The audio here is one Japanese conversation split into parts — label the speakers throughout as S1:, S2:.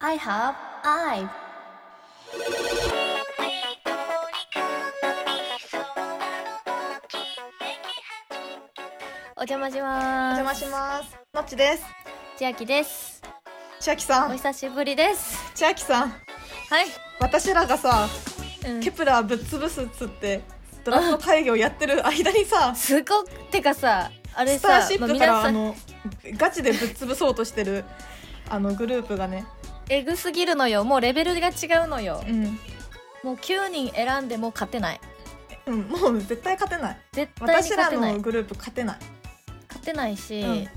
S1: I have eyes. お邪魔し
S2: お
S1: ます。
S2: 邪魔します。のっちです。
S1: す。千秋です。
S2: 千秋さ
S1: お
S2: ん、
S1: 久しぶりです。
S2: 千秋さん、
S1: はい。
S2: 私らがさ、
S1: うん
S2: ケプラーぶっ潰すっつって。ドラフト会議をやってる間にさ、ス
S1: すごくてかさ、あれ
S2: ター
S1: さ、
S2: シッ
S1: まあ
S2: プから、
S1: 皆さ
S2: あ
S1: ん
S2: の。ガチでぶっ潰そうとし てる。あのグループがね。
S1: えぐすぎるのよ。もうレベルが違うのよ
S2: う。ん。
S1: もう9人選んでも勝てない。
S2: うん、もう絶対勝てない。
S1: 絶対に
S2: 私ら
S1: 勝てない
S2: の。グループ勝てない。
S1: 勝てないし、
S2: うん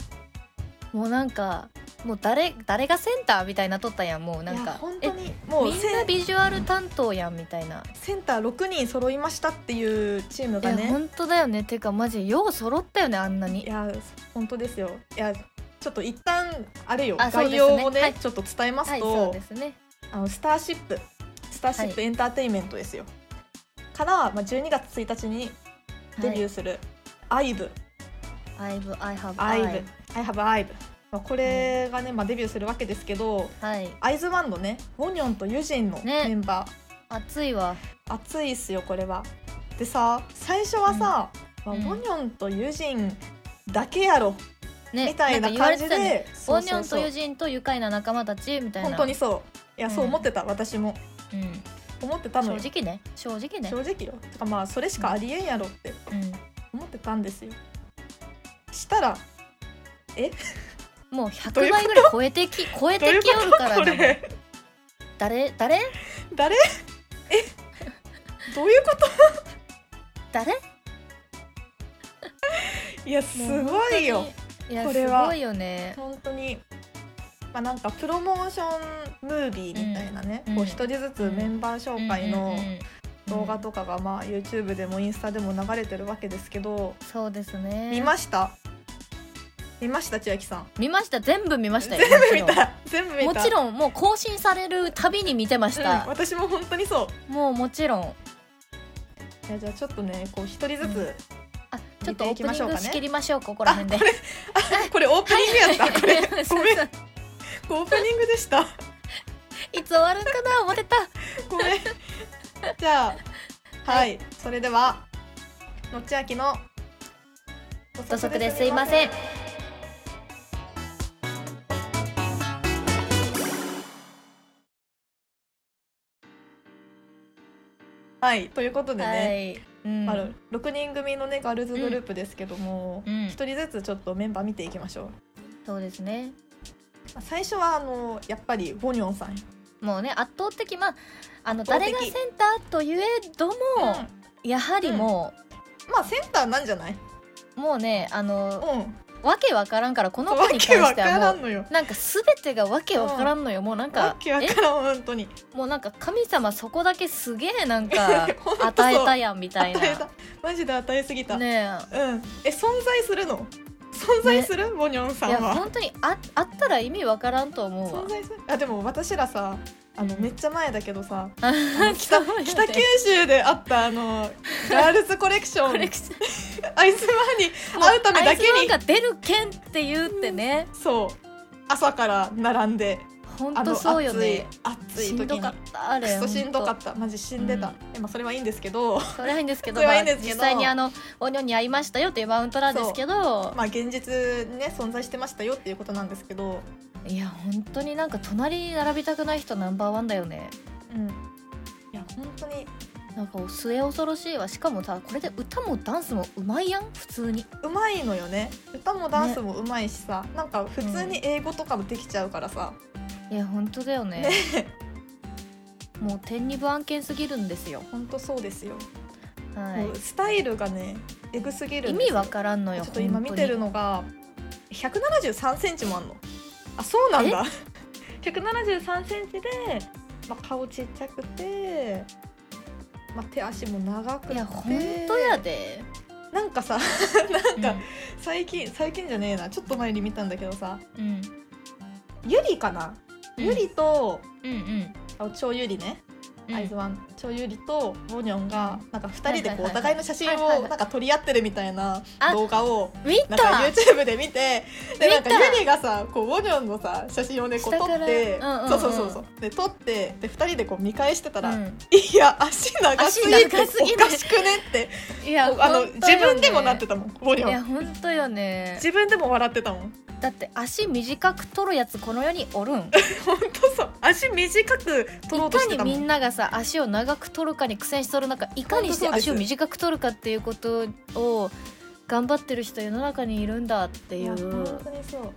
S1: もうなんかもう誰誰がセンターみたいなとったやんもうなん
S2: いや
S1: か
S2: 本
S1: え
S2: 当にもう
S1: みんな
S2: セン
S1: ビジュアル担当やんみたいな、
S2: センター6人揃いましたっていうチーム
S1: い
S2: が
S1: や
S2: ね
S1: 本当だよねてかマジよう揃ったよねあんないに
S2: や本当ですよいやちょっと一旦あれよ
S1: あそうです
S2: 概
S1: ね
S2: 要をね
S1: はい
S2: ちょっと伝えます
S1: はい
S2: と、
S1: そうですね
S2: あのスターシップスターシップエンターテインメントですよ、から、まあ、12月1日にデビューする「IVE」
S1: はい I've I have
S2: 「IVE
S1: I」
S2: 「I have IVE」まあ、これがね、まあ、デビューするわけですけど
S1: はい
S2: アイズワンのねウォニョンとユジンの
S1: ね
S2: メンバー、
S1: 熱いわ
S2: 熱いっすよこれは。でさ最初はさ、
S1: ん
S2: まあ
S1: うん
S2: ウォニョンとユジンだけやろ
S1: ね
S2: みたいな
S1: か
S2: ん
S1: 言わ
S2: 感
S1: れて
S2: じ
S1: たよね
S2: でそう
S1: オニョンと
S2: そうそう
S1: 友人と愉快な仲間たちみたいな
S2: 本当に、そういや、そう思ってた私も
S1: うん、
S2: 思ってたのよ
S1: 正直ね正直ね
S2: 正直よてかまあそれしかありえんやろって思ってたんですよしたら
S1: うん、もう
S2: どうい
S1: 100
S2: うこ
S1: 倍
S2: と
S1: ぐらい超えて き超えてきよるから
S2: こ
S1: なもう
S2: れ
S1: 誰誰
S2: 誰えどういうこ
S1: 誰
S2: といやすごいよ
S1: もう本当にいや
S2: これは
S1: すごいよね
S2: 本当にまあなんかプロモーションムービーみたいなね、
S1: うん
S2: こ
S1: う
S2: うん一人ずつメンバー紹介
S1: うん
S2: の
S1: うんうん
S2: 動画とかがまあ YouTube でもインスタでも流れてるわけですけど、
S1: そうですね
S2: 見ました見ました千秋さん
S1: 見ました全部見ましたよ
S2: 見た全部見た
S1: もちろんもちろんもう更新されるたびに見てまし
S2: う
S1: た
S2: ん、私も本当にそう
S1: もうもちろん
S2: いやじゃあちょっとねこう一人ずつ、
S1: うんあちょっとオープニング仕切りましょうここら
S2: あ
S1: 辺で
S2: これあ これオープニングやった、こ れ
S1: そ
S2: ご
S1: う
S2: めん
S1: そう
S2: オープニングでした
S1: いつ終わるんかな思ってた
S2: ごめんじゃあはい、それではのちあきの
S1: 土足ですいません
S2: はいということで
S1: は
S2: ね、
S1: いうん
S2: あの6人組のねガールズグループですけども、
S1: うん
S2: 一人ずつちょっとメンバー見ていきましょう
S1: そうですね
S2: まあ最初はあのやっぱりボニョンさん
S1: もうね圧倒的まああの
S2: 圧倒
S1: 誰
S2: 的
S1: がセンターといえども、
S2: うん
S1: やはりも
S2: まあセンターなんじゃない
S1: う、もうねあの
S2: うん
S1: わけわからんからこの
S2: わ
S1: 子に
S2: け
S1: 関
S2: わ
S1: し
S2: か
S1: てはも
S2: ら
S1: うん
S2: のよ
S1: なんか全てがわけわからんのよ、もうなん
S2: わ
S1: か
S2: けわからん本当に
S1: えもうなんか神様そこだけすげえなんか
S2: 本当そう
S1: 与えたやんみたい
S2: 与えたマジで与えすぎた、
S1: なね
S2: うんえ存在するの存在する、ボニョン
S1: え
S2: さ
S1: い
S2: ん
S1: や
S2: は
S1: 本当にああったら意味わからんと思うわ
S2: 存在するあでも私らさあのめっちゃ前だけどさ
S1: 北
S2: 北九州であったあの ガールズコレクショ
S1: コレ
S2: ン
S1: クション
S2: アイスマーに会うためだけ
S1: アイス
S2: に
S1: マンが出る券って言うってね
S2: そう朝から並んで
S1: 本
S2: あの
S1: 当そうよね
S2: 暑い暑
S1: し
S2: い
S1: ん
S2: 時
S1: ど
S2: に
S1: かったあ
S2: ク
S1: れ
S2: ソしんどか
S1: 本
S2: ったマジ死んでた、
S1: うん
S2: えまあそれはいいんですけ ど
S1: 当それはいいんですけど
S2: それはいいん
S1: まあ
S2: ですけど
S1: 実際にあのオニョンに会いましたよっていうマウントなんですけど
S2: まあ現実ね存在してましたよっていうことなんですけど
S1: いや本当になんか隣に並びたくない人ナンバーワンだよね
S2: うんいや本当に
S1: なんか末恐ろしいわしかもさこれで歌もダンスもうまいやん普通に
S2: うまいのよね歌もダンスもうまいしさ、なんか普通に英語とかもできちゃうからさ、
S1: いや本当だよね
S2: ね
S1: もう天に不案件すぎるんですよ、
S2: ほんとそうですよ、
S1: はい
S2: もうスタイルがねエグすぎる
S1: 意
S2: んです
S1: 味
S2: よ
S1: わからんのよ
S2: ちょっと今見てる
S1: の
S2: のが1 7 3センチもあんのあそうなんだ1 7 3センチで、まあ、顔ちっちゃくて、まあ、手足も長くて
S1: いや本当やで
S2: なんかさ なんか最近最近じゃねえなちょっと前に見たんだけどさ
S1: うんうん
S2: ゆりかな、
S1: うん
S2: ゆりと
S1: うんうん
S2: あ超ゆりね
S1: ううん
S2: アイズワンチョユリとボニョンがなんか2人でこう
S1: はいはいはいはい
S2: お互いの写真
S1: はいはい
S2: を
S1: はい
S2: なんか撮り合ってるみたいな
S1: あ
S2: 動画を
S1: 見
S2: なんか
S1: た
S2: YouTube で見てでなんか
S1: 見た
S2: ユリがさこうボニョンのさ写真をねこう
S1: 下
S2: 撮
S1: から
S2: って
S1: うんうんうん
S2: そうそうそうそうで撮ってで2人でこう見返してたら、
S1: うん
S2: いや足長すぎて
S1: 足長すぎ
S2: お
S1: る
S2: かしくねって
S1: いや
S2: あの
S1: 本当
S2: 自
S1: よね
S2: 分でもなってたもんボニ
S1: い
S2: ョ
S1: や
S2: ン
S1: 本当よね
S2: 自分でも笑って たもん
S1: だって足短く取るやつこの世におるん
S2: 本当そう足短く撮ろう
S1: い
S2: と
S1: か
S2: して
S1: に
S2: たも
S1: み
S2: ん
S1: んながさ足を長く取るかに苦戦しとる中いかにして
S2: 本当そうで
S1: 足
S2: す
S1: を短く取るかっていうことを頑張ってる人世の中にいるんだって
S2: い
S1: い
S2: や
S1: う
S2: 本当にそう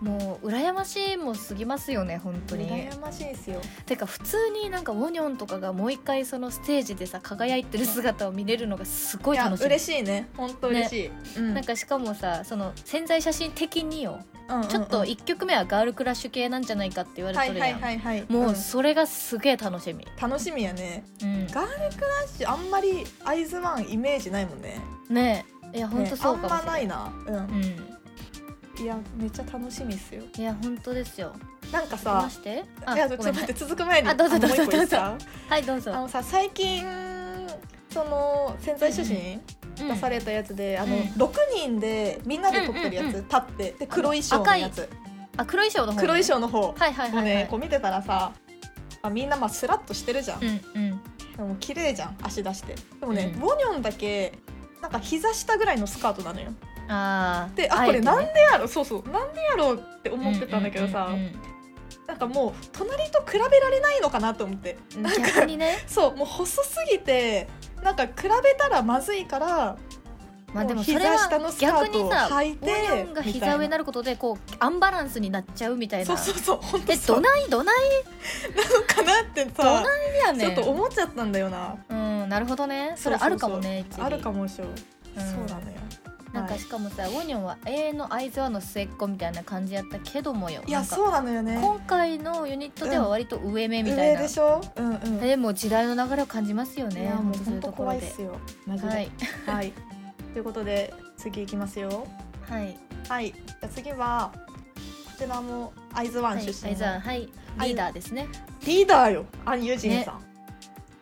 S1: もう羨ましいもすぎますよね本当に
S2: 羨ましいですよ
S1: てか普通になんかウォニョンとかがもう一回そのステージでさ輝いてる姿を見れるのがすご
S2: い
S1: い
S2: や
S1: 楽しみ
S2: 嬉しいね本当嬉しい、うん
S1: なんかしかもさその潜在写真的によ
S2: うんうんうん
S1: ちょっと1曲目はガールクラッシュ系なんじゃないかって言われ
S2: は
S1: て
S2: い
S1: る
S2: はい
S1: やん
S2: はいはい
S1: も
S2: う
S1: うんそれがすげえ楽しみ、
S2: 楽しみやね
S1: うん、
S2: 私あんまりアイズワンイメージないもんね
S1: ねえいや本当そうかも
S2: ねあん
S1: し
S2: ま
S1: れな
S2: な
S1: いい,、
S2: な
S1: う、
S2: うんんいやめっちゃ楽しみっすよ
S1: いや本当ですよ
S2: なん
S1: 続
S2: か
S1: き
S2: さ
S1: まして
S2: いやちょっ
S1: ご
S2: と
S1: めんな
S2: 待っ
S1: さ
S2: て
S1: い
S2: 続く前に
S1: あどうぞ
S2: あの
S1: どうぞ
S2: も一個いいっすか
S1: はいどうぞ
S2: あのさ最近その潜在写真
S1: うん
S2: 出されたやつで、あ
S1: う
S2: の
S1: ん
S2: 六人でみんなで撮ってるやつ、
S1: うんうんう
S2: 立ってで黒衣装のやつ
S1: あ黒衣装の方ね
S2: 黒衣装の方
S1: はいはい
S2: も
S1: は
S2: う
S1: いはい、
S2: ねこう見てたらさあみんなまあスラッとしてるじゃん、
S1: うんうん
S2: でも綺麗じゃん足出してでもね、
S1: うん
S2: ボニョンだけなんか膝下ぐらいのスカートなのよ
S1: あー
S2: であ
S1: えて
S2: これ
S1: ね
S2: なんでやろそうそうなんでやろうって思ってたんだけどさ、
S1: うう
S2: なんかもう隣と比べられないのかなと思って
S1: うんうん逆にね
S2: そうもう細すぎてなんか比べたらまずいから
S1: まあでもそれ
S2: 膝
S1: は
S2: 下のスカ
S1: 逆
S2: ート
S1: に
S2: を
S1: さ
S2: 履い
S1: オニ
S2: て
S1: ョンが膝上になることでこうアンバランスになっちゃうみたいな
S2: そうそうそう本当
S1: え
S2: そ
S1: ど
S2: うな
S1: ないどない
S2: のかなって
S1: どな
S2: さ
S1: いや
S2: ち
S1: ね
S2: ょっ
S1: ん
S2: と思っちゃったんだよな
S1: うんなるほどねそれ
S2: そうそうそう
S1: あるかもね一理
S2: あるかもしれない、
S1: うん
S2: そうなのよ
S1: なん
S2: は
S1: か
S2: い
S1: しかもさ、ウォニョンは永遠の相沢の末っ子みたいな感じやったけどもよ
S2: いや
S1: なんか
S2: そうなのよね
S1: 今回のユニットでは割と上目みたい
S2: 上
S1: な、
S2: でしょうんうん
S1: でも時代の流れを感じますよ
S2: い
S1: ね
S2: やもう
S1: そうい
S2: 本
S1: う
S2: 当
S1: とこ
S2: 怖
S1: ろ
S2: いっ
S1: です
S2: よマジで
S1: はい
S2: はい、ということで次いきますよ
S1: はい
S2: はいじゃあ次はこちらも会津
S1: はい
S2: 湾出身
S1: 相
S2: の、
S1: 沢はい
S2: あい
S1: リーダーですね
S2: リーダーよアン・ユジンさ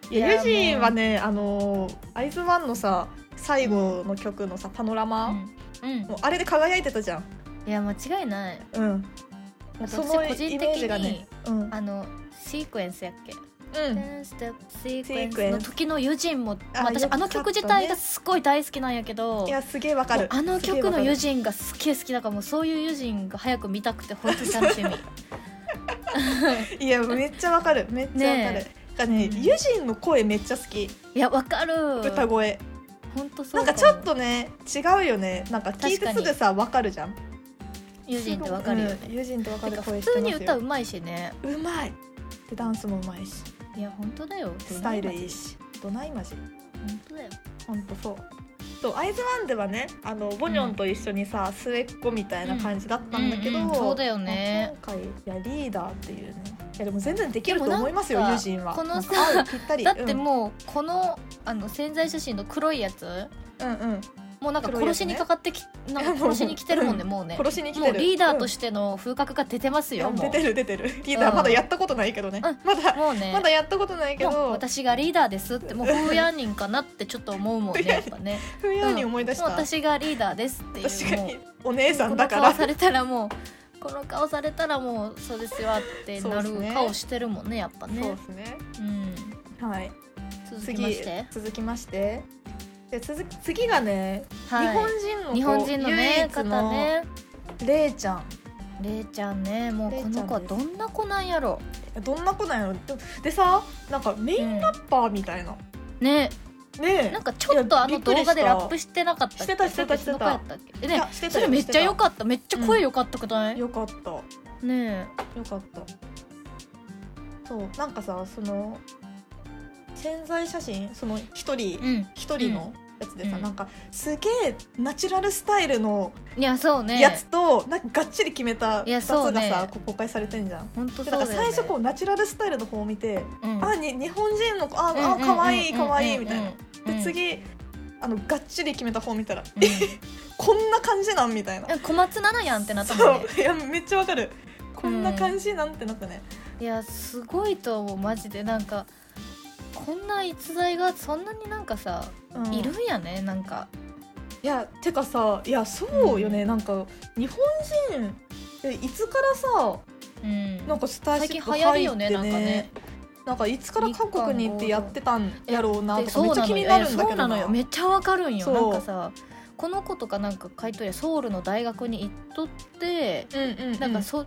S2: ん、いや
S1: いや
S2: ユジンはねあの会津湾のさ最後の曲のさパノラ
S1: う
S2: マ、
S1: ん、うん
S2: もうあれで輝いてたじゃん
S1: いや間違いない
S2: うん
S1: あと
S2: そ
S1: 私
S2: の
S1: 個
S2: イ
S1: 人
S2: メー
S1: 的
S2: ジがね
S1: に
S2: うんうん
S1: あのシークエンスやっけ、ダンステップシークエン
S2: シーク
S1: ス
S2: エン
S1: の
S2: ス
S1: 時のユジンも
S2: あ
S1: 私
S2: よか
S1: あ
S2: ったね
S1: の曲自体がすごい大好きなんやけど
S2: いやすげえわか
S1: も
S2: る
S1: うあの曲の友
S2: ジ
S1: 人がすっげえ好きだからもうそういう友人が早く見たくて本当に楽 しみ
S2: いやめっちゃわかるめっちゃわかる
S1: ね
S2: なんかね
S1: うん
S2: ユジンの声めっちゃ好き
S1: いやわかる
S2: 歌声
S1: 本当そ
S2: な
S1: うんか
S2: か
S1: も
S2: ちょっとね違うよねなんか聞い
S1: 確
S2: て
S1: か
S2: す
S1: に
S2: ぐさわかるじゃん
S1: 友人ってわかるよね、
S2: うんユジンってわか
S1: て
S2: る
S1: か
S2: 声
S1: 普
S2: して
S1: 通
S2: ます
S1: に
S2: よ
S1: 歌うまいしね
S2: うまいでダンスもうまいし
S1: いや本当だよ
S2: スタイルいいしどないマジ
S1: 本当だよ
S2: ほんとそうそう「アイズワンではねあのボニョンと一緒にさ、末っ子みたいな感じだったんだけど、
S1: うんうんうんそうだよね
S2: 今回いやリーダーっていうねいやでも全然できると
S1: でもなん
S2: 思
S1: か
S2: いますよユジンは
S1: このさ
S2: なんか合うぴったり
S1: だってもうこのあの潜在写真の黒いやつ
S2: うん、うんうん
S1: もうなんか
S2: 黒いや
S1: 殺
S2: つね
S1: しにかかってき、なんか殺しに来てる もんねもうね
S2: 殺しに来
S1: も
S2: て
S1: う
S2: る
S1: リーダーと
S2: し
S1: しての風格が出てます
S2: て
S1: よ、も
S2: 出
S1: う
S2: てる出てるリーダーまだやったことないけどね、
S1: うん
S2: まだ
S1: もうね
S2: まだやったことないけど
S1: もう私がリーダーですってもう風や人かなってちょっと思う もんねやっぱね
S2: ふうやに思い出した、
S1: もう私がリーダーですっていう
S2: 確か
S1: もう
S2: にお姉さ
S1: こ
S2: ん
S1: の
S2: だか
S1: 顔
S2: ら
S1: されたらもうこの顔されたらもうそうですよってな
S2: そうっすね
S1: る顔してるもんねやっぱ
S2: そう
S1: ね
S2: ですね
S1: うん
S2: はい
S1: 続きま
S2: 次
S1: して
S2: 続きましてで続き次がね、
S1: はい
S2: 日
S1: 日
S2: 本
S1: 本
S2: 人
S1: 人
S2: の
S1: の
S2: 子
S1: ね
S2: 唯一
S1: 方
S2: の
S1: ね
S2: レイちゃん
S1: れいちゃんねもうこの子は
S2: れいちゃ
S1: ど
S2: んで
S1: んな子なんやろ
S2: どんな子なんやろででさなんかメインラッパーみたいな、
S1: ね
S2: ねえ
S1: なんかちょっとあの動画でラップしてなかったっけ
S2: してたしてたしてた
S1: どこやったっけ
S2: い
S1: ね
S2: やしてた
S1: そ
S2: よ
S1: れめっちゃ良
S2: し
S1: かっためっちゃ声良かったくな
S2: て
S1: い
S2: た
S1: ね
S2: よかったよ
S1: え
S2: かったそうなんかさその潜在写真その一人
S1: うん
S2: 一人のやつでさ、
S1: うん
S2: なんかすげえナチュラルスタイルの
S1: いやそうね
S2: やつと、なんかがっちり決めた
S1: いや
S2: やつが
S1: そ
S2: さ、
S1: うね
S2: こう公開されてんじゃん
S1: 本当
S2: で
S1: そ
S2: だ
S1: う
S2: か
S1: だ
S2: ら
S1: よね
S2: 最初こうナチュラルスタイルの方を見て、
S1: うん
S2: あに日本人の子あ、
S1: うんうんうんうんうん
S2: あ可愛い可愛いみたいな、
S1: うん
S2: で次あのがっちり決めた方見たら、
S1: うん
S2: こんな感じなんみたいな、
S1: え小松菜奈やんってなったもんね
S2: そういやめっちゃわかるこんな感じなんてなったね、
S1: いやすごいと思うマジでなんかこんな逸材がそんなになんかさ、
S2: うん
S1: いるんやねなんか
S2: いやてかさいやそうよね、なんか日本人いつからさ
S1: うん
S2: なんかスター
S1: 最
S2: シ
S1: 近
S2: ップ入
S1: 流
S2: って、ね、
S1: 行るよねなんかね
S2: なんかいつから韓国に行ってやってたんやろうな
S1: で
S2: とかめっちゃ気になるんだけど
S1: そうなのよそうなのよめ
S2: っ
S1: っちゃわかるんよ
S2: そう
S1: なんかさこの子とかなんか回答やソウルの大学に行っとって
S2: うんうんうん、
S1: なんかそ、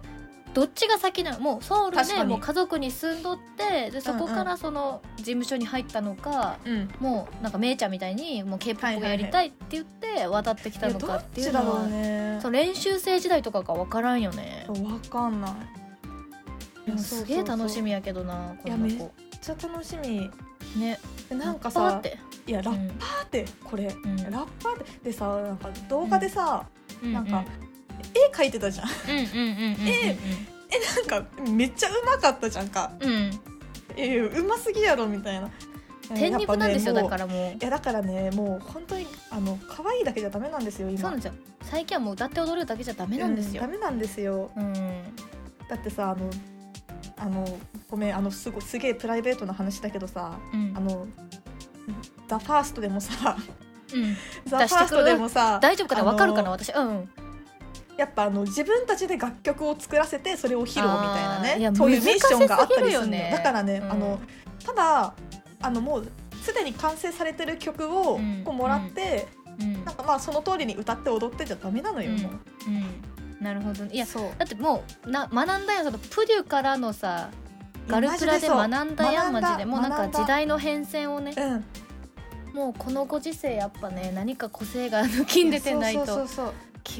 S1: どっちが先なのもうソウル
S2: 確か
S1: で
S2: に
S1: もう家族に住んどってでそこからその事務所に入ったのか、
S2: うん
S1: もうなんかめいちゃんみたいにもう k p o p やりたいって言って渡ってき
S2: い
S1: た
S2: や
S1: の
S2: ど
S1: か
S2: っ
S1: ってい
S2: ち
S1: う
S2: だ
S1: の
S2: ろ
S1: は
S2: うね
S1: そう練習生時代とかがわからんよね
S2: わかんないい
S1: で
S2: や
S1: も
S2: そう
S1: すげえ楽し
S2: めっ
S1: みやけどなこ
S2: いや
S1: の子
S2: ちゃ楽しみ
S1: ね
S2: でなん
S1: ラッパ
S2: か
S1: ー
S2: さ
S1: って、
S2: いやラ
S1: う
S2: ッ
S1: ん
S2: パーってこれ、
S1: うん
S2: ラッパーってでさなんか動画でさ、なんか、絵描いてたじゃん
S1: うんうんうんうんうん
S2: えなんかめっちゃうまかったじゃんか
S1: うんうん
S2: えうますぎやろみたいな
S1: 天肉なんですよ、だかららも
S2: いやだからねもう本当にあの可愛いだけじゃダメなんですよ
S1: う
S2: 今
S1: そうなんですよ最近はもう歌って踊るだけじゃダメなんです
S2: う
S1: よ
S2: ダメなんですよ
S1: うん、
S2: だってさあのあのごめんあのすごすげえプライベートな話だけどさ
S1: うん
S2: あの「ザ・ファーストでもさ
S1: うん
S2: 「ザ・フ
S1: 出
S2: ァ
S1: して
S2: ー
S1: く
S2: ス
S1: る
S2: トでもさ
S1: 大丈夫かな
S2: あの
S1: わかるかな私うん
S2: やっぱあの自分たちで楽曲を作らせてそれを披露みたいな
S1: あーいや
S2: ねそういうミッションがあっ
S1: 難しす
S2: たりする
S1: ぎ
S2: の
S1: るよね
S2: だからね、
S1: うん
S2: あのただあのもうすでに完成されてる曲を
S1: うん
S2: こうもらって、
S1: うん
S2: なんかまあその通りに歌って踊ってじゃダメなのよ、
S1: うん
S2: もう
S1: うんなるほどねいや
S2: そう
S1: だってもうな学んだやんそのプデュからのさガルプラで
S2: いや
S1: 学
S2: マジ
S1: んだやん
S2: 学
S1: マ
S2: んだ
S1: ジでもうなん
S2: 学
S1: か
S2: んだ
S1: 時代の変遷をね
S2: でそううん
S1: もうこのご時世やっぱね何か個性が 抜きんでてない
S2: そうそ
S1: と
S2: うそうそう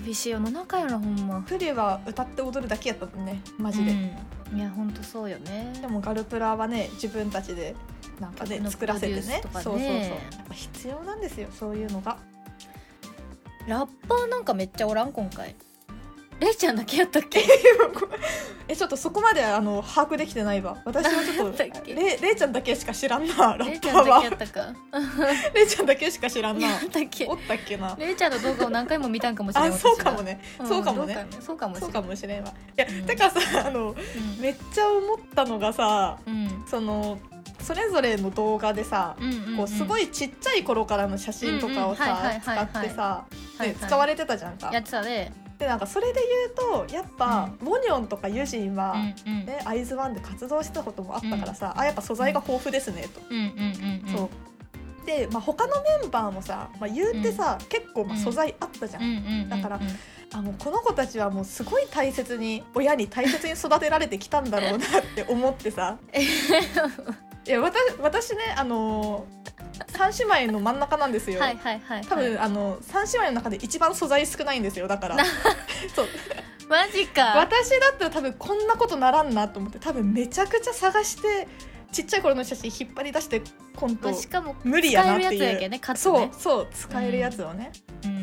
S1: 厳しい世の中やなほんま
S2: プリュは歌って踊るだけやったもんねマジで、
S1: うんいやほんとそうよね
S2: でもガルプラはね自分たちでなんかね
S1: 曲の
S2: 作らせてね
S1: プロデュースとかね
S2: そうそうそうやっぱ必要なんですよそういうのが
S1: ラッパーなんかめっちゃおらん今回レイちゃんだけやったっけ
S2: えちょっとそこまであの把握できてないわ私はちょっと
S1: だっけ
S2: れれいちゃんだけしか知ら んなラ
S1: レイ
S2: ッ
S1: ち
S2: パ
S1: ゃんだ
S2: ー
S1: けや
S2: は
S1: ったか
S2: れいちゃんだけしか知らん な
S1: やったっけ
S2: おったっ けな
S1: レイちゃんの動画を何回も見たんかもしれない
S2: あそうかもねそうかもね
S1: そうかもし
S2: そ
S1: れ
S2: う
S1: ない
S2: かもしれんわいや、
S1: うん
S2: てかさあのめっちゃ思ったのがさ
S1: うんうん
S2: そのそれぞれの動画でさ、
S1: うん
S2: こうすご
S1: い
S2: いちっちゃい頃からの写真とかを
S1: うんうんはいは
S2: さ
S1: いはい
S2: 使
S1: はい
S2: ってさ
S1: はい
S2: で
S1: はい
S2: 使われてたじゃんか
S1: やってたで
S2: でなんかそれで言うとやっぱ、モニョンとかユジンは、
S1: うんうん
S2: ね、アイズワンで活動してたこともあったからさ、あやっぱ素材が豊富ですねと、
S1: うんうんうん
S2: そうで、まあ、他のメンバーもさ、まあ、言うてさ、結構まあ
S1: うん
S2: 素材あったじゃん、
S1: うんうんうんうん
S2: だからあのこの子たちはもうすごい大切に親に大切に育てられてきたんだろうなって思ってさいや私私ねあの3姉妹の真ん中なんですよ、
S1: はいはいはいはい
S2: 多分あの3姉妹の中で一番素材少ないんですよだから そう
S1: マジか
S2: 私だったら多分こんなことならんなと思って多分めちゃくちゃ探してちっちゃい頃の写真引っ張り出してコン
S1: ま
S2: ト
S1: あしかも
S2: 無理や
S1: 使
S2: な
S1: え
S2: っ
S1: るや
S2: て
S1: つやけ
S2: い
S1: ん
S2: う
S1: ねカツ
S2: そう
S1: ね
S2: そう使えるやつをね、
S1: うん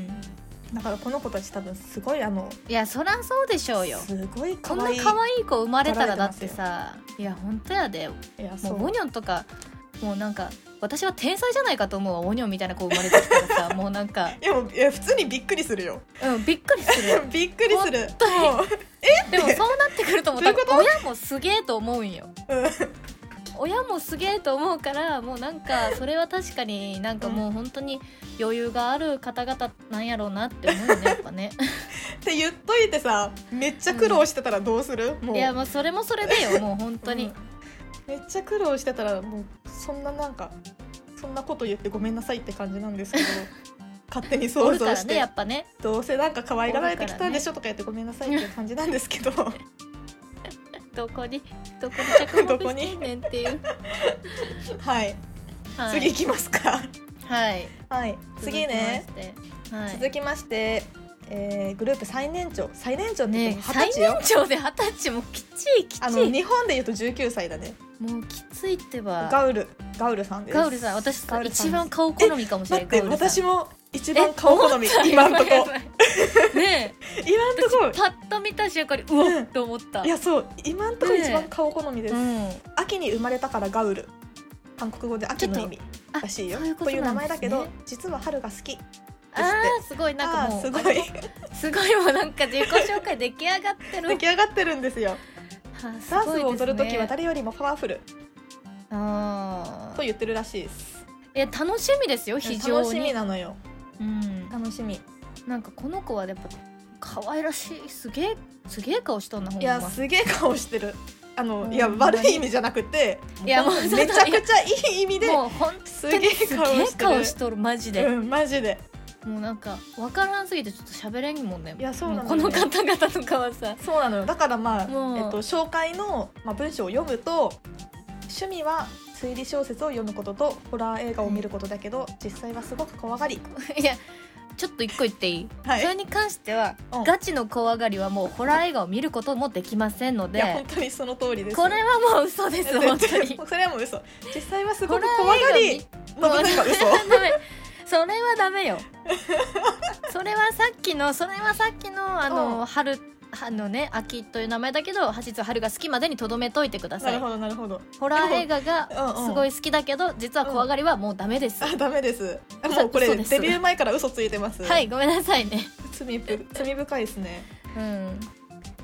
S2: だからこの子たち多分すごいあの
S1: いやそらそうでしょうよ
S2: すごい
S1: こん
S2: 可
S1: な
S2: 愛い
S1: 可愛い子生まれたら
S2: 可
S1: だ
S2: 愛い
S1: ってさいや本当やで
S2: いやそ
S1: もう
S2: う
S1: モニョンとかもうなんか私は天才じゃないかと思うわモニョンみたいな子生まれてきたらさ もうなんか、
S2: いやもういや普通にびっくりするよ
S1: うん、びっくりする
S2: びっくりするもう
S1: でもそうなってくると思う
S2: どう
S1: 多
S2: いうこ
S1: 分
S2: と
S1: 親もすげえと思うんよ
S2: うん
S1: 親もすげえと思うからもうなんかそれは確かになんかもう本当に余裕がある方々なんやろうなって思うよねやっぱね
S2: って言っといてさめっちゃ苦労してたらどうする、 もう
S1: いやまあそれもそれでよもう本当に、
S2: うんめっちゃ苦労してたらもうそんななんかそんなこと言ってごめんなさいって感じなんで すけど勝手に
S1: お
S2: 想
S1: るか
S2: 像
S1: ら
S2: し
S1: ね
S2: て、
S1: やっぱね
S2: どうせなんか可愛がられてきたんでしょとか言ってごめんなさいっていう感じなんです けど
S1: どこにどこに着
S2: どこ
S1: 目
S2: に
S1: してんねんって いう、
S2: はい、
S1: はい、
S2: 次いきますか
S1: はい
S2: はい次ね
S1: 続きまして、は
S2: 続きまして、えーグループ最年長最年長っ
S1: い、
S2: て言
S1: ね
S2: っても二
S1: 最
S2: 十歳よ、
S1: 年長で二十歳もきちいきち
S2: あの
S1: い
S2: 日本で言うと19歳だね
S1: もうきついってば
S2: ガウルガウルさんです
S1: ガウルさん私さ
S2: ガウルさん
S1: 一番顔好みかもし
S2: だ
S1: れ
S2: っ
S1: ない
S2: て
S1: ガウルさん
S2: 私も一番顔好み今んとこ
S1: やばいやばいね
S2: 今ん
S1: え
S2: とこ
S1: 私パッと見た瞬間にう
S2: う
S1: わ
S2: ん
S1: っと思った
S2: いやそう今んとこ一番顔好みです、
S1: うん
S2: 秋に生まれたからガウル韓国語で秋の意味
S1: あ
S2: らしいよ
S1: そういうこと
S2: いう名
S1: なんです
S2: 前
S1: ね
S2: だけど実は春が好き
S1: あーすごいなんかもう
S2: あーすごい
S1: すごいもうなんか自己紹介出来上がってる
S2: 出来上がってるんですよ
S1: あーす
S2: ダンス
S1: ごい
S2: を
S1: です
S2: 踊
S1: ね
S2: る時は誰よりもパワフル
S1: あ
S2: と
S1: ー
S2: 言ってるらしいです
S1: いや楽しみですよ非常
S2: 楽しみ
S1: に
S2: なのよ
S1: うん、
S2: 楽しみい
S1: なんかこの子はやっぱ可愛らしいすげえすげえ顔しとんなほんま
S2: やすげえ顔してるあ
S1: ほん
S2: の
S1: ま
S2: いや
S1: に
S2: 悪い意味じゃなくて
S1: いやもう
S2: め
S1: そ
S2: ち
S1: うだ
S2: ゃくちゃいい意味で
S1: もうほんと
S2: す
S1: に
S2: げえ
S1: すげえ
S2: 顔してる
S1: 顔しとるマジで、
S2: うんマジで
S1: もうなんか分からんすぎてちょっと喋れんもんね
S2: いやそうなの
S1: もこの方々とかはさ
S2: そうなのよだからまあ、
S1: もう
S2: えっと、紹介の、まあ、文章を読むと趣味は推理小説を読むこととホラー映画を見ることだけど、実際はすごく怖がり、
S1: いやちょっと一個言っていい、
S2: はい
S1: それに関しては、
S2: うん
S1: ガチの怖がりはもうホラー映画を見ることもできませんの
S2: いや本
S1: で
S2: 当にその通りです
S1: これはもう嘘です本当に
S2: 絶対それはもう嘘実際はすご
S1: ホ
S2: く
S1: ラ
S2: 怖が
S1: ー映
S2: りの部分が嘘
S1: 画見ダメそれはダメ よそれはさっきのそれはさっきのあの、
S2: う
S1: 春あのね秋という名前だけど実は春が好きまでにとどめといてくだ
S2: な
S1: さ
S2: る
S1: い
S2: ほどなるほど
S1: ホラー映画
S2: うん
S1: が
S2: うん
S1: すごい好きだけど実は怖がりはもうダメです、
S2: あダメですあ
S1: 嘘
S2: もうこれ
S1: 嘘です
S2: デビュー前から嘘ついてます
S1: はいごめんなさいね
S2: 罪ぶ罪深いですね
S1: うん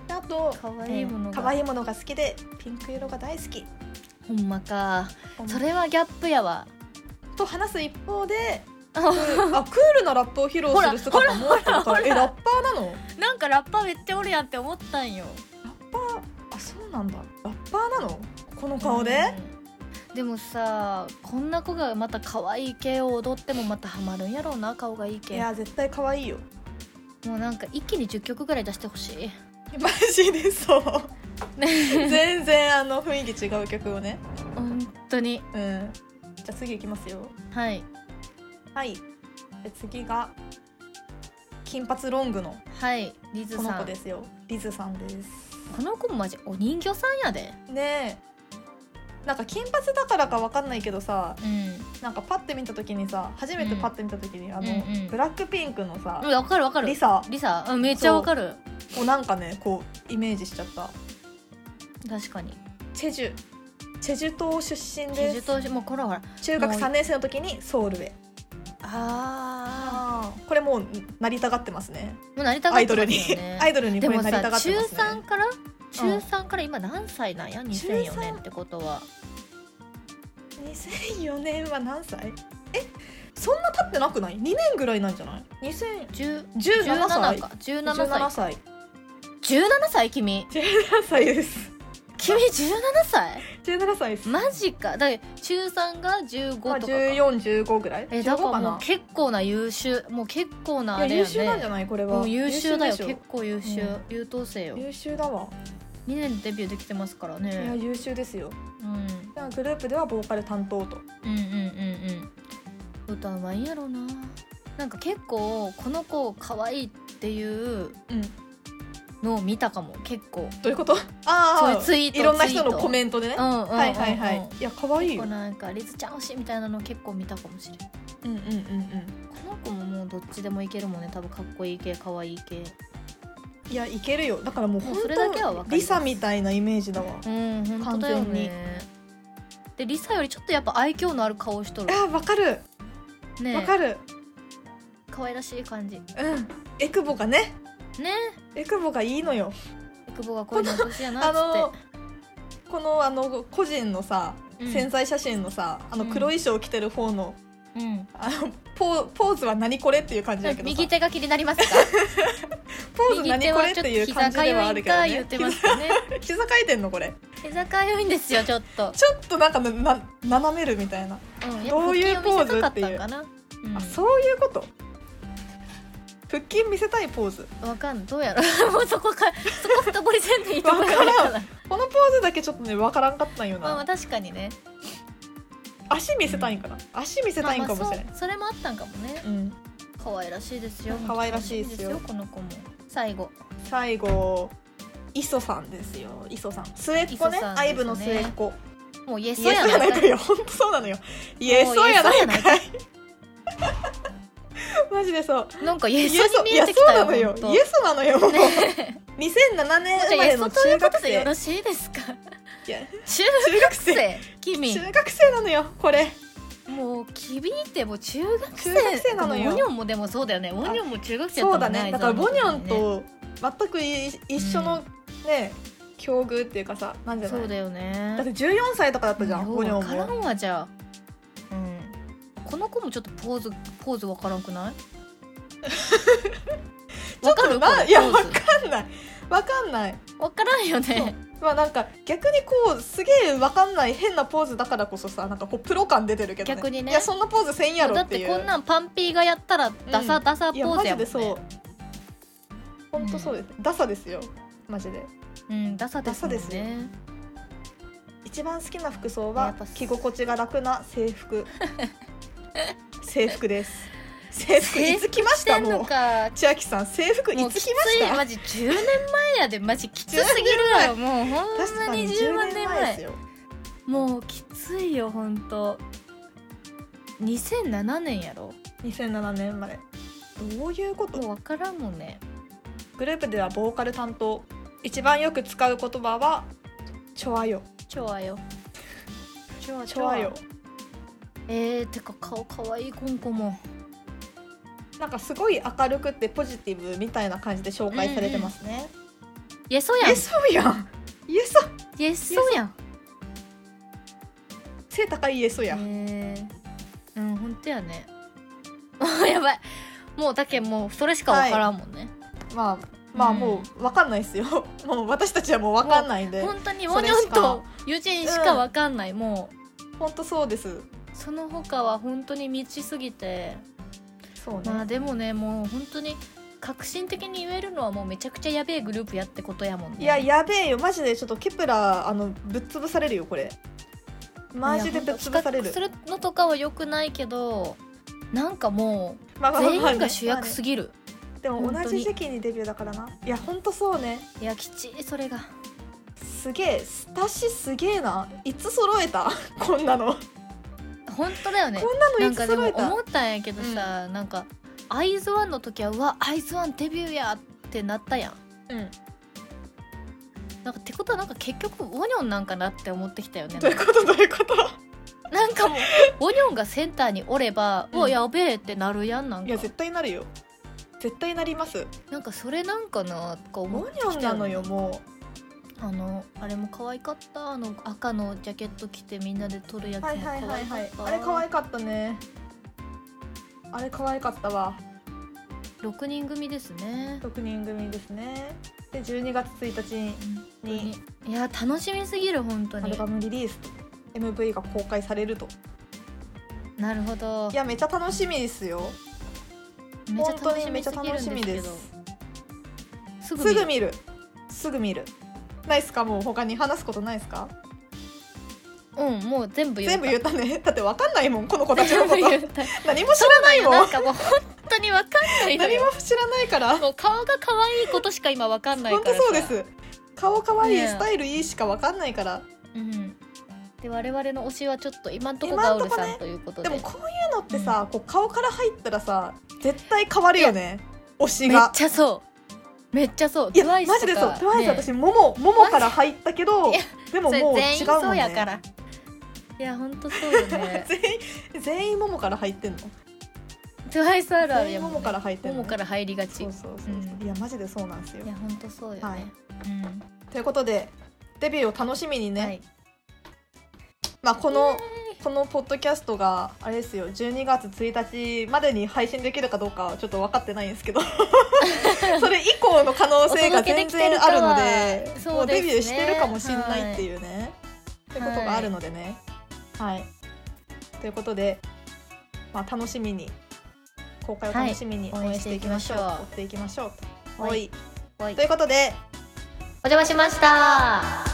S2: であと
S1: 可愛いものが
S2: うん可愛いものが好きでピンク色が大好き
S1: ほんまかそれはギャップやわ
S2: と話す一方で
S1: あ
S2: クールあクールなラップを披露する姿もあったの
S1: ほらほらほ
S2: からえラッパーなの
S1: なんかラッパーめっちゃおるやんって思ったんよ
S2: あそうなんだラッパーなのこの顔で、、
S1: うんでもさこんな子がまた可愛い系を踊ってもまたハマるんやろうな顔がいい
S2: い
S1: 系
S2: や絶対可愛いよ
S1: もうなんか一気に10曲ぐらい出してほしい
S2: マジでそう 全然あの雰囲気違う曲をね
S1: 本当に
S2: うんじゃあ次いきますよ
S1: はい
S2: はいで次が金髪ロングの
S1: はいリズ
S2: この
S1: さ
S2: 子
S1: ん
S2: ですよリズさんです
S1: この子もマジお人形さんやで
S2: ねえなんか金髪だからかわかんないけどさ
S1: うん
S2: なんかパッて見た時にさ初めてパッて見た時に、あの、
S1: うんうん
S2: ブラックピンクのさ、
S1: わかるわかる
S2: リサ
S1: リサうんめっちゃわかる
S2: をなんかねこうイメージしちゃった
S1: 確かに
S2: チェジュチェジュ島出身
S1: チェ
S2: です
S1: ジュ島もうこらほら
S2: 中学3年生の時にソウルへ
S1: あ
S2: これもうなりたがってますね
S1: もうなりたが
S2: ア
S1: っ
S2: イ
S1: て
S2: ド
S1: ま
S2: ル
S1: す
S2: に、
S1: よね
S2: アイドルに
S1: で
S2: これ
S1: も
S2: なりたが
S1: さ
S2: って
S1: 中
S2: ますね
S1: 3から中3から今何歳なんや2004年ってことは
S2: 2004年は何歳えそんな経ってなくない2年ぐらいなんじゃない2017
S1: 10
S2: 17
S1: 17
S2: 歳
S1: か17歳
S2: 歳
S1: 17歳君
S2: 17歳 です
S1: 君17歳
S2: 17歳です、
S1: マジかだから中3が15と
S2: まあ、
S1: かか
S2: 1415ぐらい
S1: えだか
S2: 15
S1: ら
S2: か
S1: もう
S2: な
S1: 結構な優秀もう結構ないあ
S2: や
S1: れ
S2: 優
S1: や
S2: 秀なんじゃ
S1: ね
S2: ないこれは
S1: もう優秀だよ
S2: 優でし
S1: 結構優秀、
S2: うん
S1: 優等生よ
S2: ょ優秀だわ
S1: 2年でデビューできてますから
S2: いや
S1: ね、
S2: 優秀ですよ
S1: うん、うん
S2: じゃあグループではボーカル担当と
S1: うんうんうん歌うまいんやろななんか結構この子可愛いっていう
S2: うんど
S1: のを見たかも結構
S2: うい うことあ
S1: そう
S2: あ
S1: ツイート
S2: いろんな
S1: ツイー
S2: 人
S1: ト
S2: のコメントでね、
S1: うんうんうんうん
S2: はいはいはい、いや可愛
S1: 結
S2: いよ
S1: 構なんか「リズちゃん惜しい」みたいなの結構見たかもしれない
S2: うんうんうんうん
S1: この子ももうどっちでもいけるもんね多分かっこいい系可愛い系
S2: いやいけるよだからもう
S1: もう
S2: 本
S1: それだけは分かりま
S2: 当
S1: す
S2: リサみたいなイメージだわ
S1: うん本当だよ
S2: 完全に
S1: ねでリサよりちょっとやっぱ愛嬌のある顔しとる
S2: あわかる
S1: ね
S2: わかる、
S1: 可愛らしい感じね
S2: うんエクボがねエクボがいいのよ
S1: え久保が恋の年やな
S2: あ
S1: っ
S2: の
S1: つっ
S2: このあの個人のさ
S1: てうん
S2: 潜在写真のさ、あの
S1: うん
S2: 黒衣装を着てる方の
S1: うん
S2: あのポーポーズは何これっていう感じだけどさ
S1: 右手が気になります か
S2: ポーズ何これっていう感じではあるけど、ね、
S1: 右手はちょっと膝かゆいんか言ってますよね
S2: 膝書いてんのこれ
S1: 膝かゆいんですよちょっと、
S2: ちょっとなんかなな斜めるみたいな、
S1: うん、
S2: どういうポ
S1: や
S2: ーズ
S1: ぱ腹筋を見せたか
S2: っていう
S1: ったんかなうん
S2: あそういうこと腹筋見せたいポーズ
S1: わかんないどうやろう もうそこかそこ深掘りせんでいいところや
S2: わ
S1: か
S2: からこのポーズだけちょっとねわからんかったんよ
S1: まあまあ
S2: な
S1: 確かにね
S2: 足見せたいんかな足見せたいんかもしれな
S1: まあ
S2: い、
S1: まあそうそれもあったんかもね
S2: うん、
S1: 可愛らしいですよ
S2: 可愛らしいですよ
S1: 可愛この子も最後
S2: 最後磯さんですよ磯さん末っ子ね
S1: 磯さんですね
S2: アイブの末っ子
S1: もうイエス
S2: イエ
S1: や
S2: スやな
S1: ないい
S2: か
S1: か
S2: いよ本当そうなのよイエスやないかい マジでそう
S1: なんかイエス
S2: イエソ
S1: に見
S2: い
S1: え
S2: や
S1: て
S2: そ
S1: きた
S2: う
S1: よ
S2: なのよ
S1: ほんと
S2: イエスなのよもう
S1: ね
S2: 2007年
S1: じゃ
S2: 生
S1: あ
S2: ま
S1: イ
S2: れ
S1: エ
S2: の
S1: スとい
S2: 中
S1: うこ
S2: 学
S1: とでよ
S2: 生
S1: ろしいですか
S2: いや
S1: 中
S2: 中学
S1: 学
S2: 生
S1: 生君
S2: 中学生なのよこれ
S1: もう君ってもう中学生
S2: 中学生なのよ
S1: ボニョンもでもそうだよねボニョンも中学生
S2: そ
S1: だった
S2: うだ
S1: もんね
S2: ねだからボニョン
S1: あいつはね
S2: と全くい一緒のね、境遇っていうかさなんじゃない
S1: そうだよね
S2: だって14歳とかだったじゃん、
S1: よう
S2: ほにょ
S1: わから
S2: も、
S1: んわじゃ
S2: うん、
S1: あこの子もちょっとポーズポーズわからんく ないわかるこのポーズ
S2: ちょっとないやわかんないわかんない
S1: わからんよ
S2: そう
S1: ね
S2: まあなんか逆にこうすげえわかんない変なポーズだからこそさなんかこうプロ感出てるけど、ね、
S1: 逆にね
S2: いやそんなポーズせんやろ
S1: だ
S2: っ
S1: って
S2: い
S1: て
S2: う
S1: こんなんパンピーがやったらダサダサ
S2: い
S1: ポ
S2: や
S1: ー
S2: マ
S1: ズやもん
S2: ジで
S1: ね
S2: そう本当そうです、ダサですよマジで
S1: うんダサですもんね
S2: ダサですよ一番好きな服装
S1: や
S2: は
S1: っぱ
S2: 着心地が楽な制 服制服です制服いつ来まし
S1: して
S2: た
S1: ん
S2: も
S1: の
S2: う
S1: か
S2: 千秋さん制服い
S1: もう
S2: つ
S1: きつ
S2: 来まし
S1: い
S2: た
S1: マジ10年前やでマジきつすぎるよもうほん
S2: 確
S1: ま
S2: か
S1: に
S2: に
S1: 10
S2: 10
S1: 万
S2: 年
S1: 年
S2: 前
S1: 前
S2: ですよ
S1: もうきついよほんと2007年やろ
S2: 2007年生まれどういうこ
S1: もう
S2: と
S1: 分からんもんね
S2: グループではボーカル担当一番よく使う言葉はちょわよ
S1: ちょわよちょわ
S2: ちょわよ
S1: えー、てか顔かわいいこんこも
S2: なんかすごい明るくてポジティブみたいな感じで紹介されてますね、
S1: イエソやん
S2: えそうやんイエソ
S1: イエソやん
S2: 背高いイエソやん、
S1: えー、うんほんとやね やばいもうだけもうそれしか分からんもんね、
S2: まあまあもうわかんないですよ もう私たちはもうわかんないんで
S1: ほんとにウォニョンと友人しか分かんない、もう
S2: 本当そうです
S1: その他は本当に満ちすぎて
S2: そうね、
S1: まあでもねもう本当に革新的に言えるのはもうめちゃくちゃやべえグループやってことやもんね
S2: いややべえよマジでちょっとケプラーあのぶっ潰されるよこれマジでぶっ潰され
S1: いやほんと比較
S2: る
S1: するのとかは良くないけどなんかも
S2: まあ
S1: う
S2: まあまあ
S1: 全員が主役す
S2: ま
S1: ぎる
S2: あねでも同じ時期にデビューだからないや本当そうね
S1: いやきちいそれが
S2: すげえスタシすげえないつ揃 えたこんなの
S1: 本当だよね
S2: こんなの
S1: ないん
S2: つ
S1: かで
S2: 揃
S1: も
S2: えた
S1: 思ったんやけどさ、なんかアイズワンの時はうわアイズワンデビューやってなったやん
S2: うん
S1: なんかってことはなんか結局ウォニョンなんかなって思ってきたよね
S2: どういうことどういうこと
S1: なんかもうオニョンがセンターにおれば
S2: うん
S1: もうやべえってなるやんなん
S2: いや
S1: か
S2: 絶対なるよ絶対なります
S1: なんかそれなんかなとか思
S2: モ
S1: っ
S2: ニョンなのよも
S1: あのあれも可愛かったあの赤のジャケット着てみんなで撮るや
S2: う
S1: つも可
S2: はいはいは
S1: 愛
S2: い
S1: か
S2: はい
S1: った
S2: あれ可愛かったねあれ可愛かったわ
S1: 6人組ですね
S2: 6人組ですねで12月1日
S1: 本当
S2: に
S1: にいや楽しみすぎる本当
S2: ア
S1: に
S2: ルバムリリースと MV が公開されると
S1: なるほど
S2: いやめちゃ楽しみですよ
S1: めちゃ
S2: 本当
S1: 楽
S2: に
S1: し
S2: め
S1: み
S2: ちゃ
S1: すぎ
S2: 楽
S1: る
S2: し
S1: ん
S2: み
S1: で
S2: ですす
S1: けど
S2: す
S1: すぐ
S2: ぐ
S1: 見
S2: 見るすぐ見るないっすかもう他に話すことないっすか
S1: うんもう全部言った
S2: 全部言ったね だってわかんないもんこの子たちの
S1: 全
S2: こ
S1: 部
S2: と
S1: 言 った
S2: 何も知らないも
S1: なんんかもう本当にわかんないの
S2: 何
S1: よ
S2: も知らないから
S1: もう顔が可愛いことしか今わかんないか
S2: 本
S1: らさ
S2: 当そうです顔可愛い、
S1: ねえ
S2: スタイルいいしかわかんないから
S1: うん、で我々の推しはちょっと今んとこガウルさ
S2: 今ん
S1: んということ
S2: で
S1: で,、
S2: もこういうのってさ、こう顔から入ったらさ絶対変わるよね推し
S1: めっ
S2: が
S1: ちゃそうめっちゃそう
S2: いや
S1: TWICE
S2: マジでそう
S1: とか
S2: TWICE、
S1: ね
S2: 私ももももから入ったけど
S1: いや
S2: でも
S1: それ
S2: もう
S1: 全
S2: 違
S1: 員
S2: う
S1: そ
S2: もん
S1: うやか
S2: ね
S1: らいやほんとそうよね
S2: 全員全員ももから入ってんの
S1: TWICE あるある
S2: 全
S1: や
S2: 員
S1: もんね
S2: ももから入ってん
S1: も
S2: の
S1: もから入りがち
S2: そうそうそうそう、
S1: うん
S2: いやマジでそうなんですよ
S1: いやほんとそうよね、
S2: はい
S1: うん
S2: ということでデビューを楽しみにね、
S1: はい
S2: まあこのこのポッドキャストがあれですよ12月1日までに配信できるかどうかはちょっと分かってないんです けどそれ以降の可能性が全然あるので
S1: お届けできてるかは
S2: もうデビュ
S1: そう
S2: ー
S1: です
S2: し
S1: ね
S2: てるかもしれないっていうね、ってことがあるのでねはい、ということで、まあ、楽しみに公開を楽しみに応
S1: はい
S2: 援していきましょう、
S1: 応援
S2: 追っていきましょうと、
S1: はい
S2: はい、
S1: はい
S2: ということで
S1: お邪魔しました